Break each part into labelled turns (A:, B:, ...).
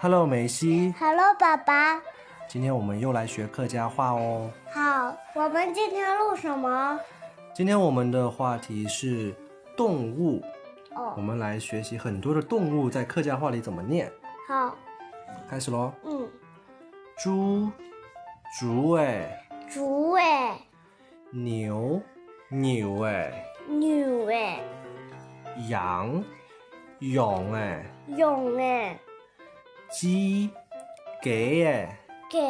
A: Hello，梅西，
B: Hello，爸爸。
A: 今天我们又来学客家话哦。
B: 好，我们今天录什么？
A: 今天我们的话题是动物，我
B: 哦，
A: 们来学习很多的动物在客家话里怎么念。
B: 好，
A: 开始喽，
B: 嗯，
A: 猪、竹哎，
B: 竹哎，
A: 牛、牛哎，
B: 牛哎，
A: 羊、羊哎，
B: 勇哎，
A: 鸡、给哎，
B: 给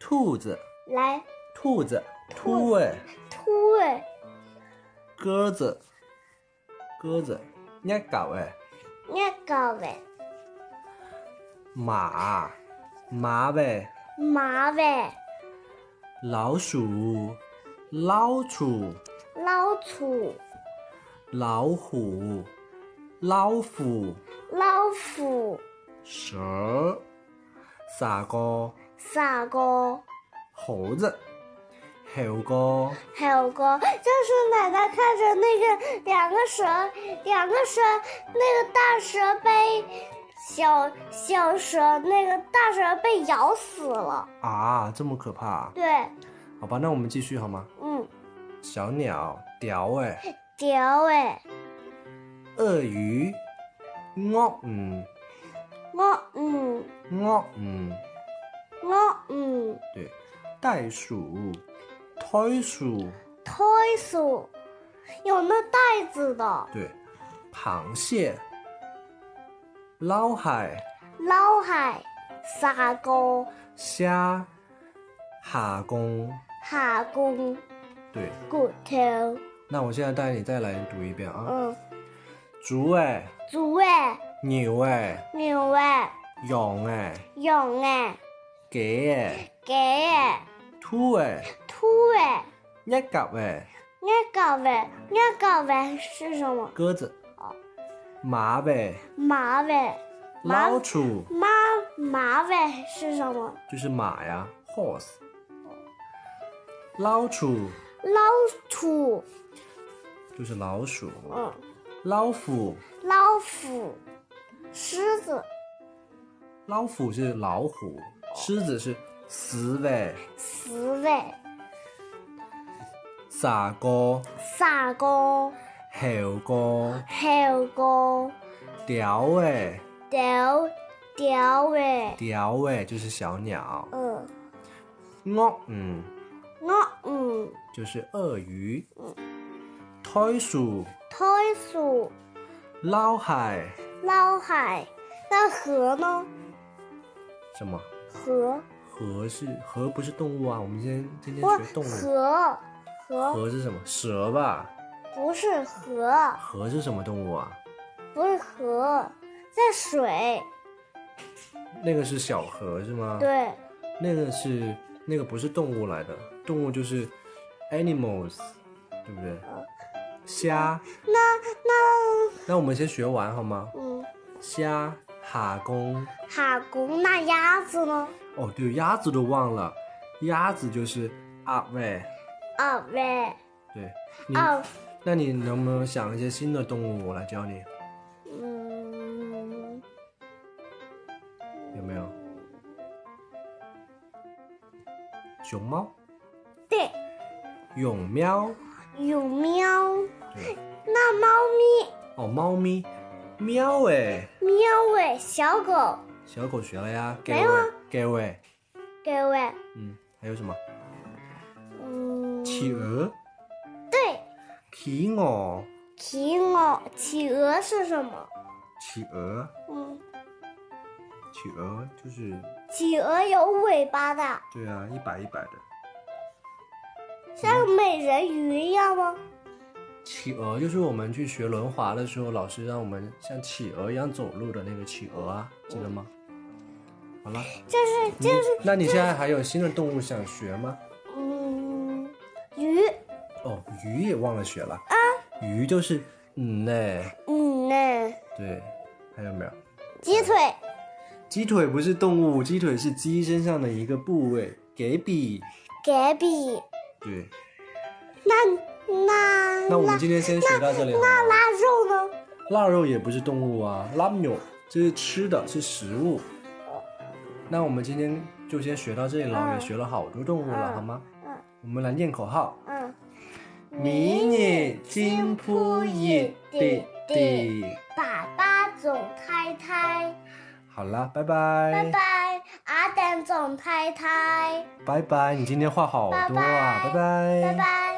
A: 兔子、
B: 来
A: 兔子、兔哎，
B: 兔哎，
A: 鸽子、鸽子、鸭狗哎。
B: 那个哎，
A: 马，马呗，
B: 马尾，
A: 老鼠，老鼠，
B: 老鼠，
A: 老虎，老虎，
B: 老虎，
A: 蛇，傻哥，
B: 傻哥，
A: 猴子，猴哥，
B: 还有个就是奶奶看着那个两个蛇，两个蛇，那个大蛇被小小蛇，那个大蛇被咬死了。
A: 啊，这么可怕？
B: 对，
A: 好吧，那我们继续好吗？
B: 嗯，
A: 小鸟，屌哎，
B: 屌哎，
A: 鳄鱼，鳄嗯，
B: 我嗯，
A: 鳄嗯，
B: 我嗯，
A: 对，袋鼠，袋鼠，
B: 推鼠，有那袋子的
A: 对，螃蟹、捞海、
B: 捞海，沙沟，
A: 虾、哈工，
B: 下弓，
A: 对。
B: 骨头，
A: 那我现在带你再来读一遍啊。
B: 嗯，
A: 竹哎，
B: 猪哎，
A: 牛哎，
B: 牛哎，
A: 羊哎，
B: 羊哎，
A: 鸡哎，
B: 鸡哎，
A: 兔哎，
B: 兔哎。
A: 鸭狗哎，
B: 那个尾，那个尾是什么？
A: 鸽子，马呗，
B: 马尾，马
A: 老鼠
B: 马马尾是什么？
A: 就是马呀，horse。老鼠
B: 老鼠，
A: 就是老鼠，
B: 嗯，
A: 老虎，
B: 老虎，狮子，
A: 老虎是老虎，狮子是狮呗。
B: 刺猬，
A: 傻哥、
B: 傻公，
A: 猴哥、
B: 猴公，
A: 屌诶，
B: 雕雕尾，
A: 屌诶就是小鸟。
B: 嗯，
A: 鳄嗯
B: 我嗯，
A: 就是鳄鱼。袋鼠、
B: 袋鼠，
A: 捞海
B: 捞海，那河呢？
A: 什么？
B: 河，
A: 河是河不是动物啊？我们今天今
B: 不
A: 天学动物。
B: 河，河
A: 河是什么？蛇吧？
B: 不是河。
A: 河是什么动物啊？
B: 不是河，在水。
A: 那个是小河是吗？，
B: 对，
A: 那个是那个不是动物来的，动物就是 animals，对不对？虾，
B: 嗯那那
A: 那我们先学完好吗？
B: 嗯，
A: 虾、哈工，
B: 哈工那鸭子呢？
A: 哦，对，鸭子都忘了，鸭子就是啊喂，
B: 啊喂，
A: 对，你，
B: 啊
A: 那你能不能想一些新的动物我来教你？
B: 嗯，
A: 有没有？熊猫、
B: 对，
A: 泳喵，
B: 有喵。
A: 对，
B: 那猫
A: 哦，猫咪，喵哎，
B: 咪喵喂，小狗
A: 小狗学了呀，给
B: 没有啊
A: 喂，给喂，
B: 给喂，
A: 嗯，还有什么？
B: 嗯，
A: 企鹅、
B: 对，
A: 企鹅、
B: 企鹅，企鹅是什么？
A: 企鹅、
B: 嗯，
A: 企鹅就是，
B: 企鹅有尾巴的，
A: 对啊，一摆一摆的。
B: 像美人鱼一样吗？
A: 企鹅就是我们去学轮滑的时候，老师让我们像企鹅一样走路的那个企鹅啊，记得吗？好了，
B: 这是这是
A: 那你现在还有新的动物想学吗？
B: 嗯，鱼，
A: 哦，鱼也忘了学了啊，鱼就是嗯嘞，
B: 嗯呢，
A: 对，还有没有？
B: 鸡腿。
A: 鸡腿不是动物，鸡腿是鸡身上的一个部位，给比。
B: 给比，
A: 对，
B: 那那
A: 那我们今天先学到这里好吗。
B: 腊肉呢？
A: 腊肉也不是动物啊，腊肉这是吃的，是食物。那我们今天就先学到这里了，也学了好多动物了，好吗？
B: 嗯
A: 我们来念口号：
B: 嗯，
A: 迷你金扑翼弟弟。
B: 爸爸总太太，
A: 好了，拜
B: 拜
A: 拜，
B: 拜，阿蛋总太太，
A: 拜拜，你今天话好多啊，
B: 拜拜
A: 拜
B: 拜拜。